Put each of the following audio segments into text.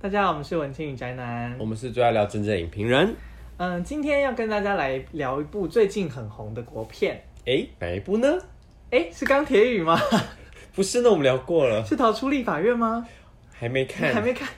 大家好，我们是文青与宅男我。们是最爱聊真正影评人。嗯，今天要跟大家来聊一部最近很红的国片，诶，哪一部呢？哎，是钢铁雨吗？ 不是呢，我们聊过了，是逃出立法院吗？还没看。还没看。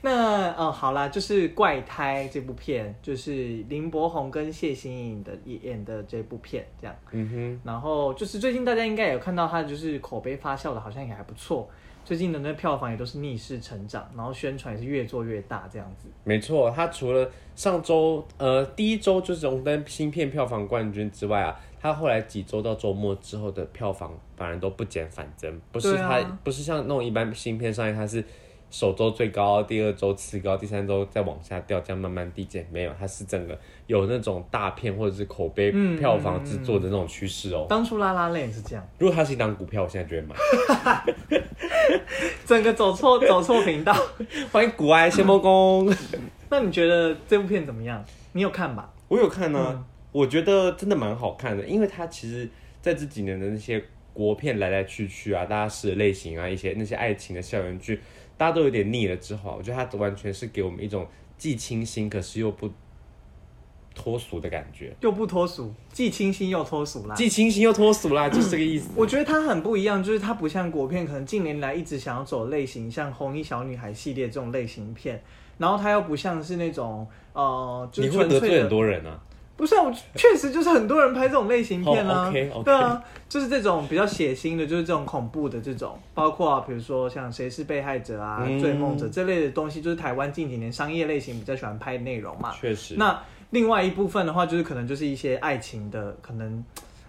那哦，好啦，就是《怪胎》这部片，就是林柏宏跟谢欣颖的演的这部片，这样。嗯哼，然后就是最近大家应该也有看到它，就是口碑发酵的，好像也还不错。最近的那票房也都是逆势成长，然后宣传也是越做越大这样子。没错，它除了上周呃第一周就是荣登新片票房冠军之外啊，它后来几周到周末之后的票房反而都不减反增，不是对它、啊不是像那种一般新片上映，它是首周最高，第二周次高，第三周再往下掉，这样慢慢递减。没有，它是整个有那种大片或者是口碑嗯票房制作的那种趋势哦。当初拉拉链是这样，如果它是一档股票，我现在就会买。整个走错走错频道。欢迎古埃先锋工，那你觉得这部片怎么样？你有看吧？ 我有看呢、啊嗯我觉得真的蛮好看的，因为它其实在这几年的那些国片来来去去啊，大家是类型啊，一些那些爱情的校园剧，大家都有点腻了之后啊，我觉得它完全是给我们一种既清新可是又不脱俗的感觉，又不脱俗，既清新又脱俗啦。既清新又脱俗啦，就是这个意思。我觉得它很不一样，就是它不像国片，可能近年来一直想要走类型，像《红衣小女孩》系列这种类型片，然后它又不像是那种呃，就你是会纯得粹罪的很多人啊，不是、啊，我确实就是很多人拍这种类型片啊哦，OK，OK 对啊，就是这种比较血腥的，就是这种恐怖的这种，包括、啊、比如说像《谁是被害者》啊、嗯醉梦者》这类的东西，就是台湾近几年商业类型比较喜欢拍的内容嘛。确实。那另外一部分的话，就是可能就是一些爱情的，可能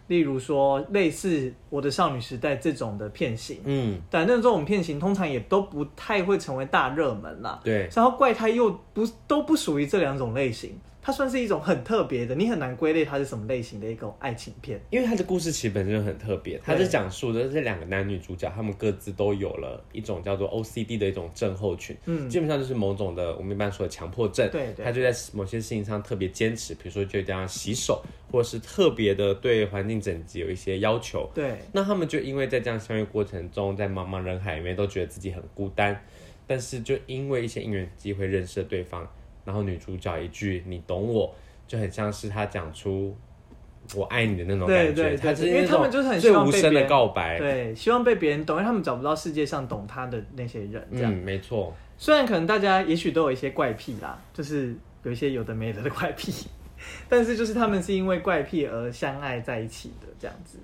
例如说类似《我的少女时代》这种的片型，嗯，但那种片型通常也都不太会成为大热门啦。对，然后怪胎又不都不属于这两种类型，它算是一种很特别的，你很难归类它是什么类型的一种爱情片。因为它的故事其实本身就很特别，它对是讲述的这两个男女主角，他们各自都有了一种叫做 OCD 的一种症候群，嗯，基本上就是某种的我们一般说的强迫症，对对他就在某些事情上特别坚持，比如说就一定要洗手，或是特别的对环境整洁有一些要求，对，那他们就因为在这样相遇过程中，在茫茫人海里面都觉得自己很孤单，但是就因为一些因缘机会认识了对方，然后女主角一句“你懂我”，就很像是她讲出“我爱你”的那种感对觉，对对她因为那他们就是种很最希望无被声别的人告白。对，希望被别人懂，因为他们找不到世界上懂他的那些人。这样，嗯，没错，虽然可能大家也许都有一些怪癖啦，就是有一些有的没的的怪癖， 但是就是他们是因为怪癖而相爱在一起的这样子。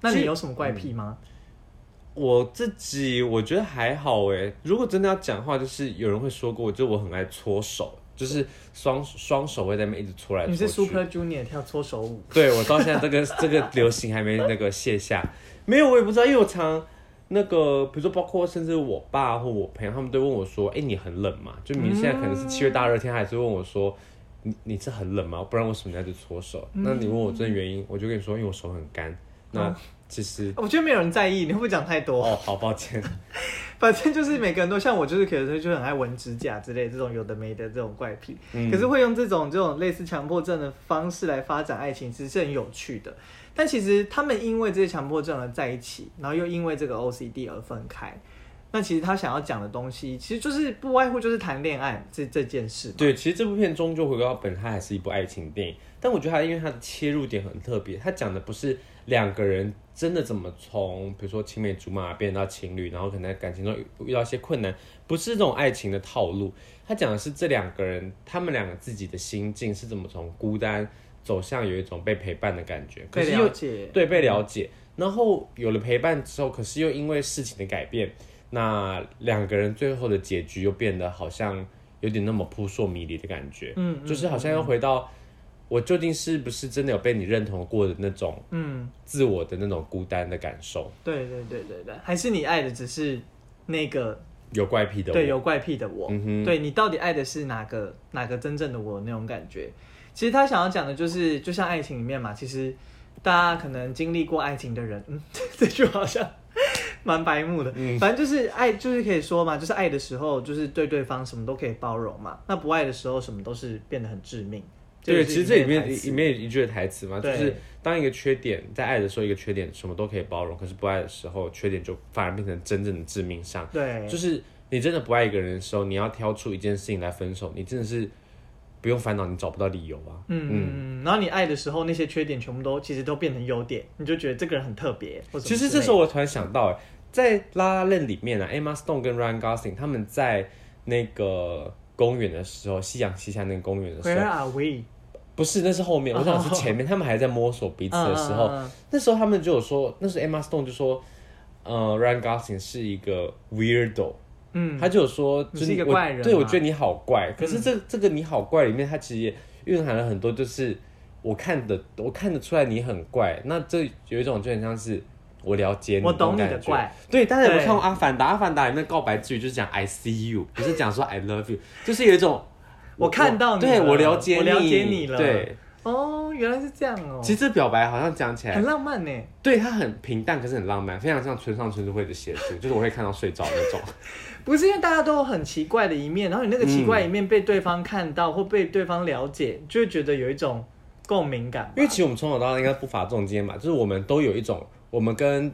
那其你实有什么怪癖吗？我自己我觉得还好诶。如果真的要讲话，就是有人会说过，就我很爱搓手，就是双双手会在那边一直搓来搓你去。是 Super Junior 跳搓手舞，对我到现在这个 这个流行还没那个卸下，没有我也不知道，因为我常那个，比如说包括甚至我爸或我朋友，他们都问我说：“哎、你很冷吗？”就明明现在可能是七月大热天，还是问我说：“你你是很冷吗？不然为什么你在这搓手？”那你问我这原因，我就跟你说，因为我手很干。那其实我觉得没有人在意，你会不会讲太多？哦，好抱歉，反正就是每个人都像我，就是可能就很爱闻指甲之类这种有的没的这种怪癖，嗯可是会用这种这种类似强迫症的方式来发展爱情，其实是很有趣的。但其实他们因为这些强迫症而在一起，然后又因为这个 OCD 而分开。那其实他想要讲的东西，其实就是不外乎就是谈恋爱这这件事嘛。对，其实这部片终究回归到本，它还是一部爱情电影。但我觉得它因为它的切入点很特别，它讲的不是两个人真的怎么从，比如说青梅竹马变到情侣，然后可能在感情中遇遇到一些困难，不是这种爱情的套路。它讲的是这两个人，他们两个自己的心境是怎么从孤单走向有一种被陪伴的感觉，可被是又了解。对，被了解。然后有了陪伴之后，可是又因为事情的改变，那两个人最后的结局又变得好像有点那么扑朔迷离的感觉，嗯，嗯就是好像又回到我究竟是不是真的有被你认同过的那种嗯，自我的那种孤单的感受，对对对对对，还是你爱的只是那个有怪癖的我，对有怪癖的我。嗯哼，对你到底爱的是哪个哪个真正的我那种感觉。其实他想要讲的就是，就像爱情里面嘛，其实大家可能经历过爱情的人，嗯， 这句话好像 蛮白目的。嗯反正就是爱，就是可以说嘛，就是爱的时候，就是对对方什么都可以包容嘛。那不爱的时候，什么都是变得很致命。就对，其是实这里的面台里词面有一句的台词嘛，就对是当一个缺点在爱的时候，一个缺点什么都可以包容，可是不爱的时候，缺点就反而变成真正的致命伤。对，就是你真的不爱一个人的时候，你要挑出一件事情来分手，你真的是不用烦恼，你找不到理由啊。嗯，然后你爱的时候，那些缺点全部都其实都变成优点，你就觉得这个人很特别。或什么其实之类这的时候我突然想到，哎，在《拉拉链》里面啊，Emma Stone 跟 Ryan Gosling 他们在那个公园的时候，夕阳西下那个公园的时，Where 候， are we？不是，那是后面，我想是前面，他们还在摸索彼此的时候，嗯嗯嗯那时候他们就有说，那时候 Emma Stone 就说，呃，Ryan Gosling 是一个 weirdo，嗯，他就有说，就你是一个我怪人对，嘛嗯我觉得你好怪。可是这、这个你好怪里面，它其实也蕴含了很多，就是我看的，我看得出来你很怪。那这有一种就很像是我了解你，我懂你那的种感觉怪。对，大家有没有对看过《阿凡达》？《阿凡达》里面的告白之语就是讲 I see you，不是 讲说 I love you，就是有一种我看到你对了我了解你，我了解你了对，哦，原来是这样哦，其实哎这表白好像讲起来很浪漫呢。对它很平淡，可是很浪漫，非常像村上春树会的写书，就是我会看到睡着那种。不是因为大家都有很奇怪的一面，然后你那个奇怪一面被对方看嗯到、或被对方了解，就会觉得有一种共鸣感吧。因为其实我们从小到大应该不乏这种经验吧，就是我们都有一种，我们跟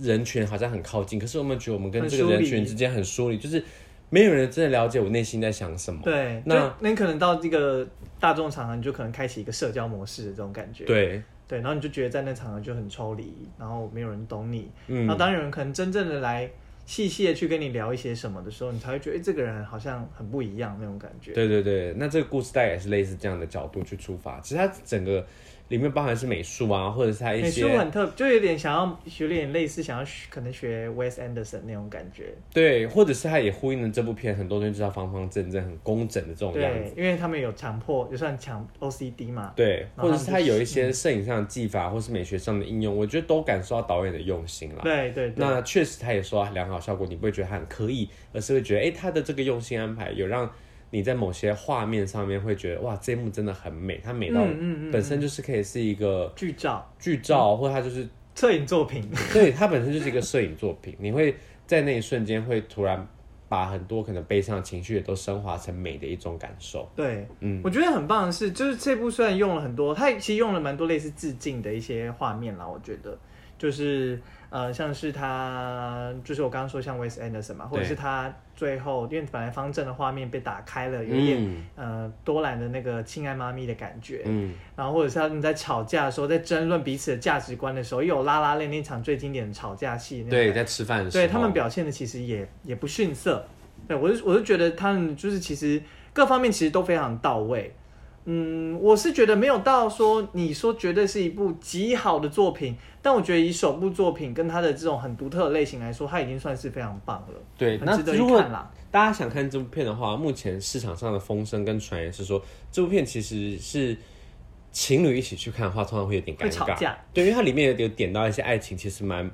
人群好像很靠近，可是我们觉得我们跟这个人群之间很疏离，就是没有人真的了解我内心在想什么。对，那那那你可能到这个大众场合，你就可能开启一个社交模式的这种感觉。对，对，然后你就觉得在那场合就很抽离，然后没有人懂你，然后嗯，当有人可能真正的来细细的去跟你聊一些什么的时候，你才会觉得、诶这个人好像很不一样那种感觉。对对对，那这个故事大概也是类似这样的角度去出发，其实它整个里面包含是美术啊，或者是它一美术些哎很特，就有点想要，有点类似想要学可能学 Wes Anderson 那种感觉。对，或者是它也呼应了这部片很多东西，就是它方方正正、很工整的这种样子。对，因为他们有强迫，也算强 OCD 嘛。对，然后或者是他它们就有一些摄影上的技法，或是美学上的应用，我觉得都感受到导演的用心啦。对对对，那确实，他也说良好效果，你不会觉得他很刻意，而是会觉得，哎、他的这个用心安排有让你在某些画面上面会觉得，哇，这一幕真的很美，它美到嗯嗯嗯本身就是可以是一个剧照、剧照，或者它就是，摄影作 品，对，它本身就是一个摄影作品，你会在那一瞬间会突然把很多可能悲伤的情绪也都升华成美的一种感受。对，嗯，我觉得很棒的是，就是这部虽然用了很多，它其实用了蛮多类似致敬的一些画面啦。我觉得就是呃，像是他，就是我刚刚说像 Wes Anderson 嘛，或者对是他最后，因为本来方正的画面被打开了，有一点、嗯呃多兰的那个亲爱妈咪的感觉。嗯，然后或者是他们在吵架的时候，在争论彼此的价值观的时候，又有拉拉链那场最经典的吵架戏。那种对，在吃饭的时候，对他们表现的其实也也不逊色。对我是我是觉得他们就是其实各方面其实都非常到位。嗯，我是觉得没有到说你说绝对是一部极好的作品，但我觉得以首部作品跟它的这种很独特的类型来说，它已经算是非常棒了，对，很那值得如一果看啦。大家想看这部片的话，目前市场上的风声跟传言是说，这部片其实是情侣一起去看的话，通常会有点尴会吵尬架。对，因为它里面有有点到一些爱情，其实蛮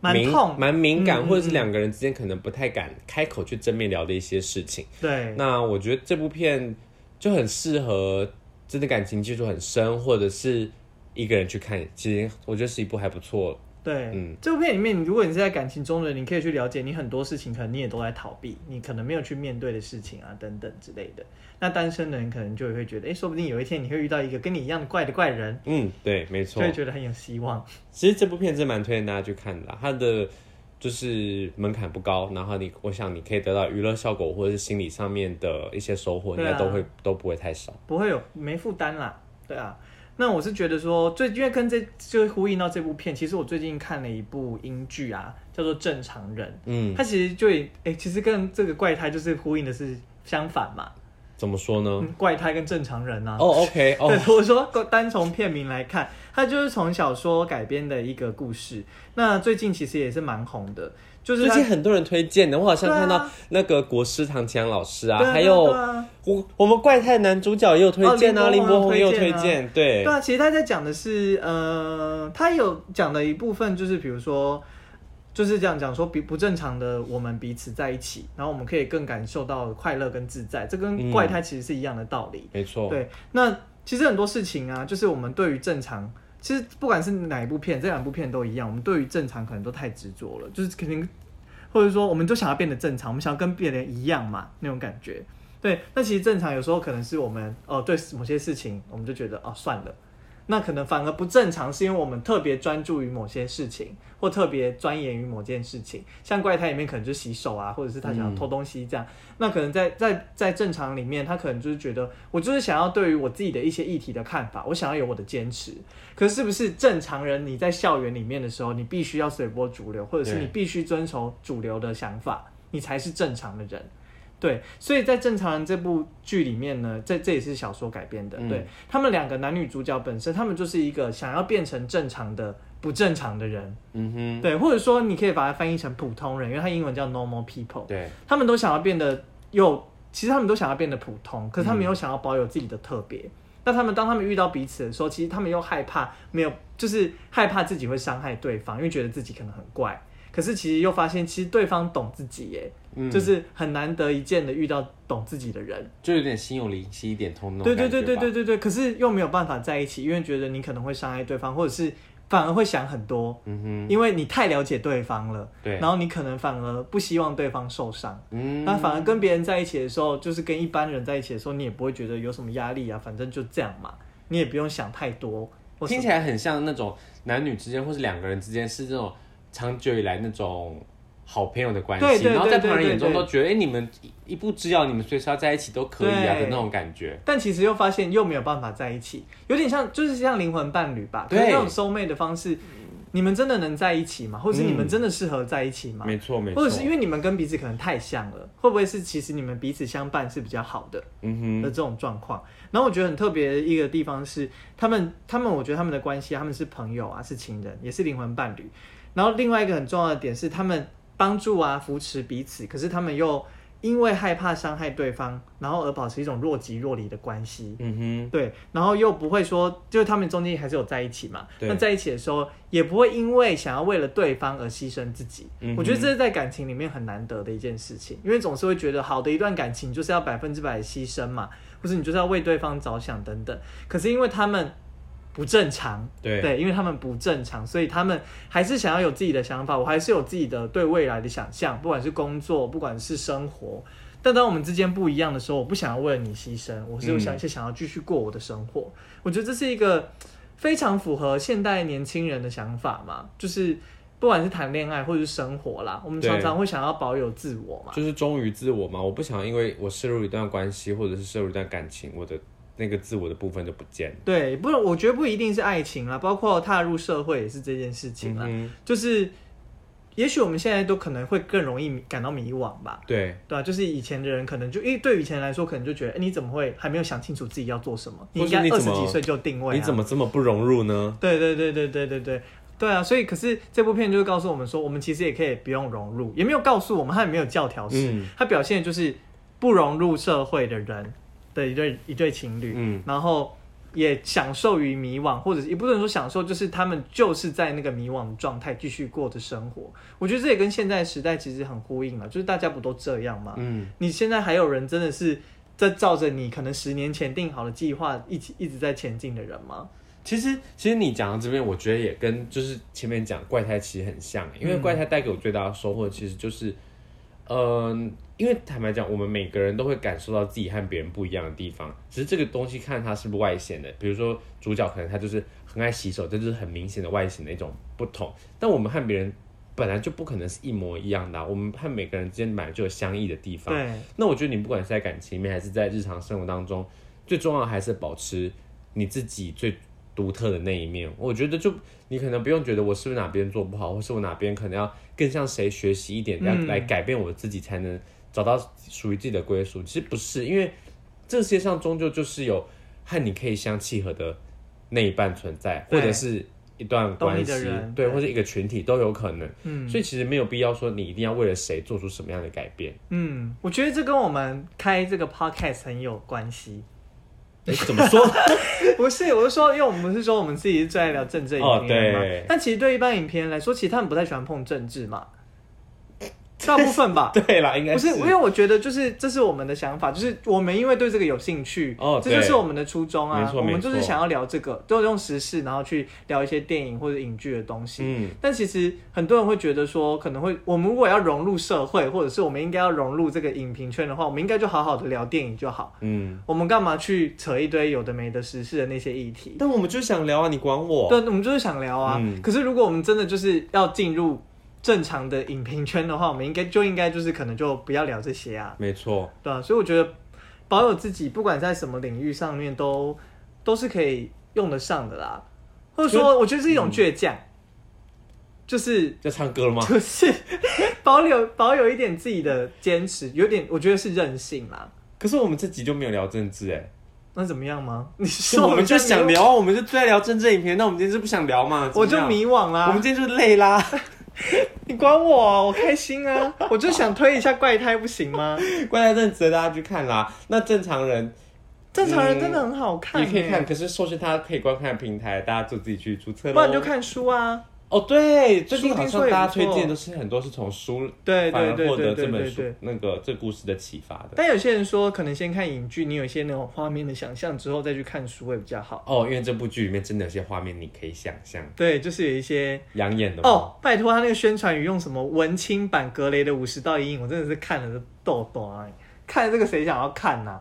蛮敏痛蛮敏感，嗯或者是两个人之间可能不太敢开口去正面聊的一些事情。对，那我觉得这部片就很适合真的感情基础很深，或者是一个人去看，其实我觉得是一部还不错。对，嗯这部片里面，你如果你是在感情中的人，你可以去了解，你很多事情可能你也都在逃避，你可能没有去面对的事情啊，等等之类的。那单身的人可能就会觉得，哎，说不定有一天你会遇到一个跟你一样的怪的怪人，嗯，对，没错就。会觉得很有希望。其实这部片真蛮推荐大家去看的啦，它的就是门槛不高，然后你我想你可以得到娱乐效果或者是心理上面的一些收获，应对啊该都会都不会太少。不会有没负担啦，对啊。那我是觉得说，最因为跟这就呼应到这部片，其实我最近看了一部英剧啊，叫做《正常人》，嗯，它其实就也哎，其实跟这个怪胎就是呼应的是相反嘛，怎么说 呢？嗯，怪胎跟正常人啊，哦，OK，哦， 对，我说单从片名来看，它就是从小说改编的一个故事。那最近其实也是蛮红的，就是最它近很多人推荐的，我好像对啊看到那个国师唐奇阳老师啊，对啊还对有啊我我们怪胎男主角也有推荐啊，哦林林柏柏宏宏也也有有推推荐荐，对对，啊，其实他在讲的是，呃，他有讲的一部分就是比如说。就是这样讲说，比不正常的我们彼此在一起，然后我们可以更感受到快乐跟自在，这嗯跟怪胎其实是一样的道理。没错，对，那其实很多事情啊，就是我们对于正常，其实不管是哪一部片，这两部片都一样，我们对于正常可能都太执着了，就是肯定，或者说我们都想要变得正常，我们想要跟别人一样嘛那种感觉。对，那其实正常有时候可能是我们哦、对某些事情，我们就觉得哦算了，那可能反而不正常，是因为我们特别专注于某些事情，或特别钻研于某件事情。像怪胎里面可能就洗手啊，或者是他想嗯要偷东西这样。那可能在在在正常里面，他可能就是觉得我就是想要对于我自己的一些议题的看法，我想要有我的坚持。可是是不是正常人你在校园里面的时候，你必须要随波逐流，或者是对你必须遵守主流的想法，你才是正常的人。对，所以在《正常人》这部剧里面呢，这这也是小说改编的。嗯对他们两个男女主角本身，他们就是一个想要变成正常的不正常的人，嗯哼，对，或者说你可以把它翻译成普通人，因为它英文叫 normal people。对，他们都想要变得又，其实他们都想要变得普通，可是他们又想要保有自己的特别。那他们当他们遇到彼此的时候，其实他们又害怕没有，就是害怕自己会伤害对方，因为觉得自己可能很怪。可是其实又发现，其实对方懂自己耶，嗯，就是很难得一见的遇到懂自己的人。就有点心有灵犀一点通那种对对感觉对对吧对对对，可是又没有办法在一起，因为觉得你可能会伤害对方，或者是反而会想很多，嗯哼，因为你太了解对方了，对，然后你可能反而不希望对方受伤。嗯，那反而跟别人在一起的时候，就是跟一般人在一起的时候，你也不会觉得有什么压力啊，反正就这样嘛，你也不用想太多。或是听起来很像那种男女之间或是两个人之间是这种长久以来那种好朋友的关系，对对然后在对旁人对眼中对都觉得，哎、你们一步之遥，你们随时要在一起都可以啊对的那种感觉。但其实又发现又没有办法在一起，有点像就是像灵魂伴侣吧，可对是那种收妹的方式，你们真的能在一起嗯吗？或者是你们真的适合在一起吗？没错没错，或者是因为你们跟彼此可能太像了，会不会是其实你们彼此相伴是比较好的？嗯的哼，这种状况。然后我觉得很特别的一个地方是，他们他们我觉得他们的关系啊，他们是朋友啊，是情人，也是灵魂伴侣。然后另外一个很重要的点是，他们帮助啊扶持彼此，可是他们又因为害怕伤害对方，然后而保持一种若即若离的关系。嗯哼，对，然后又不会说，就是他们中间还是有在一起嘛。对那在一起的时候，也不会因为想要为了对方而牺牲自己。嗯哼我觉得这是在感情里面很难得的一件事情，因为总是会觉得好的一段感情就是要百分之百牺牲嘛，或是你就是要为对方着想等等。可是因为他们不正常，对因为他们不正常，所以他们还是想要有自己的想法，我还是有自己的对未来的想象，不管是工作，不管是生活。但当我们之间不一样的时候，我不想要为了你牺牲，我是嗯想、是想要继续过我的生活。我觉得这是一个非常符合现代年轻人的想法嘛，就是不管是谈恋爱或者是生活啦，我们对常常会想要保有自我嘛。就是忠于自我嘛，我不想因为我摄入一段关系或者是摄入一段感情，我的那个自我的部分就不见了。对，不，我觉得不一定是爱情啦，包括踏入社会也是这件事情嗯啦。哼，就是，也许我们现在都可能会更容易感到迷惘吧，对，对吧、就是以前的人可能就，因为对以前来说，可能就觉得，哎，你怎么会还没有想清楚自己要做什么？你或应是该你二怎十么几岁就定位、啊，你怎么这么不融入呢？对对对对对对对对啊！所以可是这部片就是告诉我们说，我们其实也可以不用融入，也没有告诉我们，他也没有教条式，嗯他表现就是不融入社会的人的一对一对情侣，嗯，然后也享受于迷惘，或者是也不能说享受，就是他们就是在那个迷惘的状态继续过着生活。我觉得这也跟现在时代其实很呼应了，啊就是大家不都这样吗？嗯，你现在还有人真的是在照着你可能十年前定好的计划一起一直在前进的人吗？其实其实你讲到这边，我觉得也跟就是前面讲怪胎其实很像，欸因为怪胎带给我最大的收获其实就是，嗯、因为坦白讲，我们每个人都会感受到自己和别人不一样的地方，只是这个东西看它是不是外显的。比如说主角可能他就是很爱洗手，这就是很明显的外显的一种不同。但我们和别人本来就不可能是一模一样的啊、我们和每个人之间本来就有相异的地方。对。那我觉得你不管是在感情里面，还是在日常生活当中，最重要的还是保持你自己最独特的那一面。我觉得就你可能不用觉得我是不是哪边做不好，或是我哪边可能要更向谁学习一点，要嗯来改变我自己，才能找到属于自己的归属。其实不是，因为这世界上终究就是有和你可以相契合的那一半存在，对或者是一段懂你的关系人，对，对或者一个群体都有可能。嗯，所以其实没有必要说你一定要为了谁做出什么样的改变。嗯，我觉得这跟我们开这个 podcast 很有关系。诶怎么说？ 不是，我是说，因为我们不是说我们自己是最爱聊政治影片嘛、哦对 但其实对一般影片来说，其实他们不太喜欢碰政治嘛。大部分吧。对啦，应该不是，是因为我觉得就是这是我们的想法，就是我们因为对这个有兴趣，哦这对就是我们的初衷没啊。错我们就没是错想要聊这个，都用时事，然后去聊一些电影或者影剧的东西。嗯，但其实很多人会觉得说，可能会我们如果要融入社会，或者是我们应该要融入这个影评圈的话，我们应该就好好的聊电影就好。嗯，我们干嘛去扯一堆有的没的时事的那些议题？但我们就想聊啊，你管我？对，我们就是想聊啊。哦嗯可是如果我们真的就是要进入正常的影评圈的话，我们应该就应该就是可能就不要聊这些啊，没错，对啊，所以我觉得保有自己，不管在什么领域上面都都是可以用得上的啦。或者说，我觉得是一种倔嗯强，就是 要唱歌了吗？就是保有保有一点自己的坚持，有点我觉得是任性啦。 可是我们这集就没有聊政治哎，那怎么样吗？你说我们就在想迷惘，聊 啊，我们就在聊政治影片，那我们今天就不啊想聊嘛？我就怎么样迷惘啦。我们今天就累 啦。你管我、啊，我开心 啊！我就想推一下怪胎，不行吗？怪胎真的值得大家去看啦。那正常人 正常人真的很好看、也欸，可以看，，可是受限他可以观看的平台，大家就自己去注册咯不然就看书啊。哦，对，最近书好听说像也大家不错推荐都是很多是从书对反对而对获对得这对本对书对。那个这故事的启发的。但有些人说，可能先看影剧，你有一些那种画面的想象之后，再去看书会比较好。哦，因为这部剧里面真的有些画面你可以想象，对，就是有一些养眼的嘛。哦，拜托他那个宣传语用什么文青版格雷的五十道阴影，我真的是看了就痘痘啊！看了这个谁想要看呐、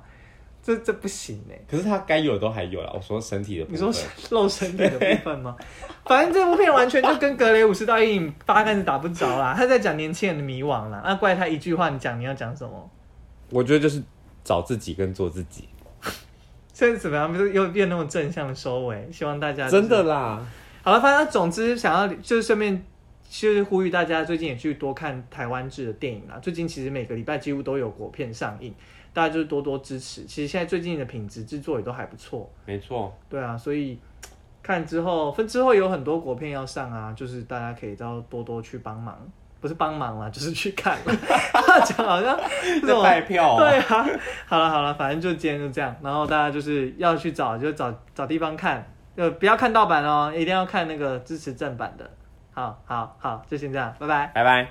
这这不行哎、可是它该有的都还有啦。我说身体的部你分，说露身体的部分吗？ 反正这部片完全就跟《格雷五十道阴影》八竿子打不着啦，他在讲年轻人的迷惘啦。那、啊怪他一句话，你讲你要讲什么？我觉得就是找自己跟做自己，现在怎么样？不是又变那么正向的收尾？希望大家、真的啦。好了，反正总之想要就是顺便就是呼吁大家最近也去多看台湾制的电影啦。最近其实每个礼拜几乎都有国片上映，大家就是多多支持。其实现在最近的品质制作也都还不错，没错，对啊，所以看之后分之后有很多国片要上啊，就是大家可以到多多去帮忙。不是帮忙啦，就是去看啦。 讲好像这在种拜票哦、对啊，好了好了，反正就今天就这样。然后大家就是要去找，就找找地方看，就不要看盗版哦，一定要看那个支持正版的。好好好，就先这样，拜拜。拜拜。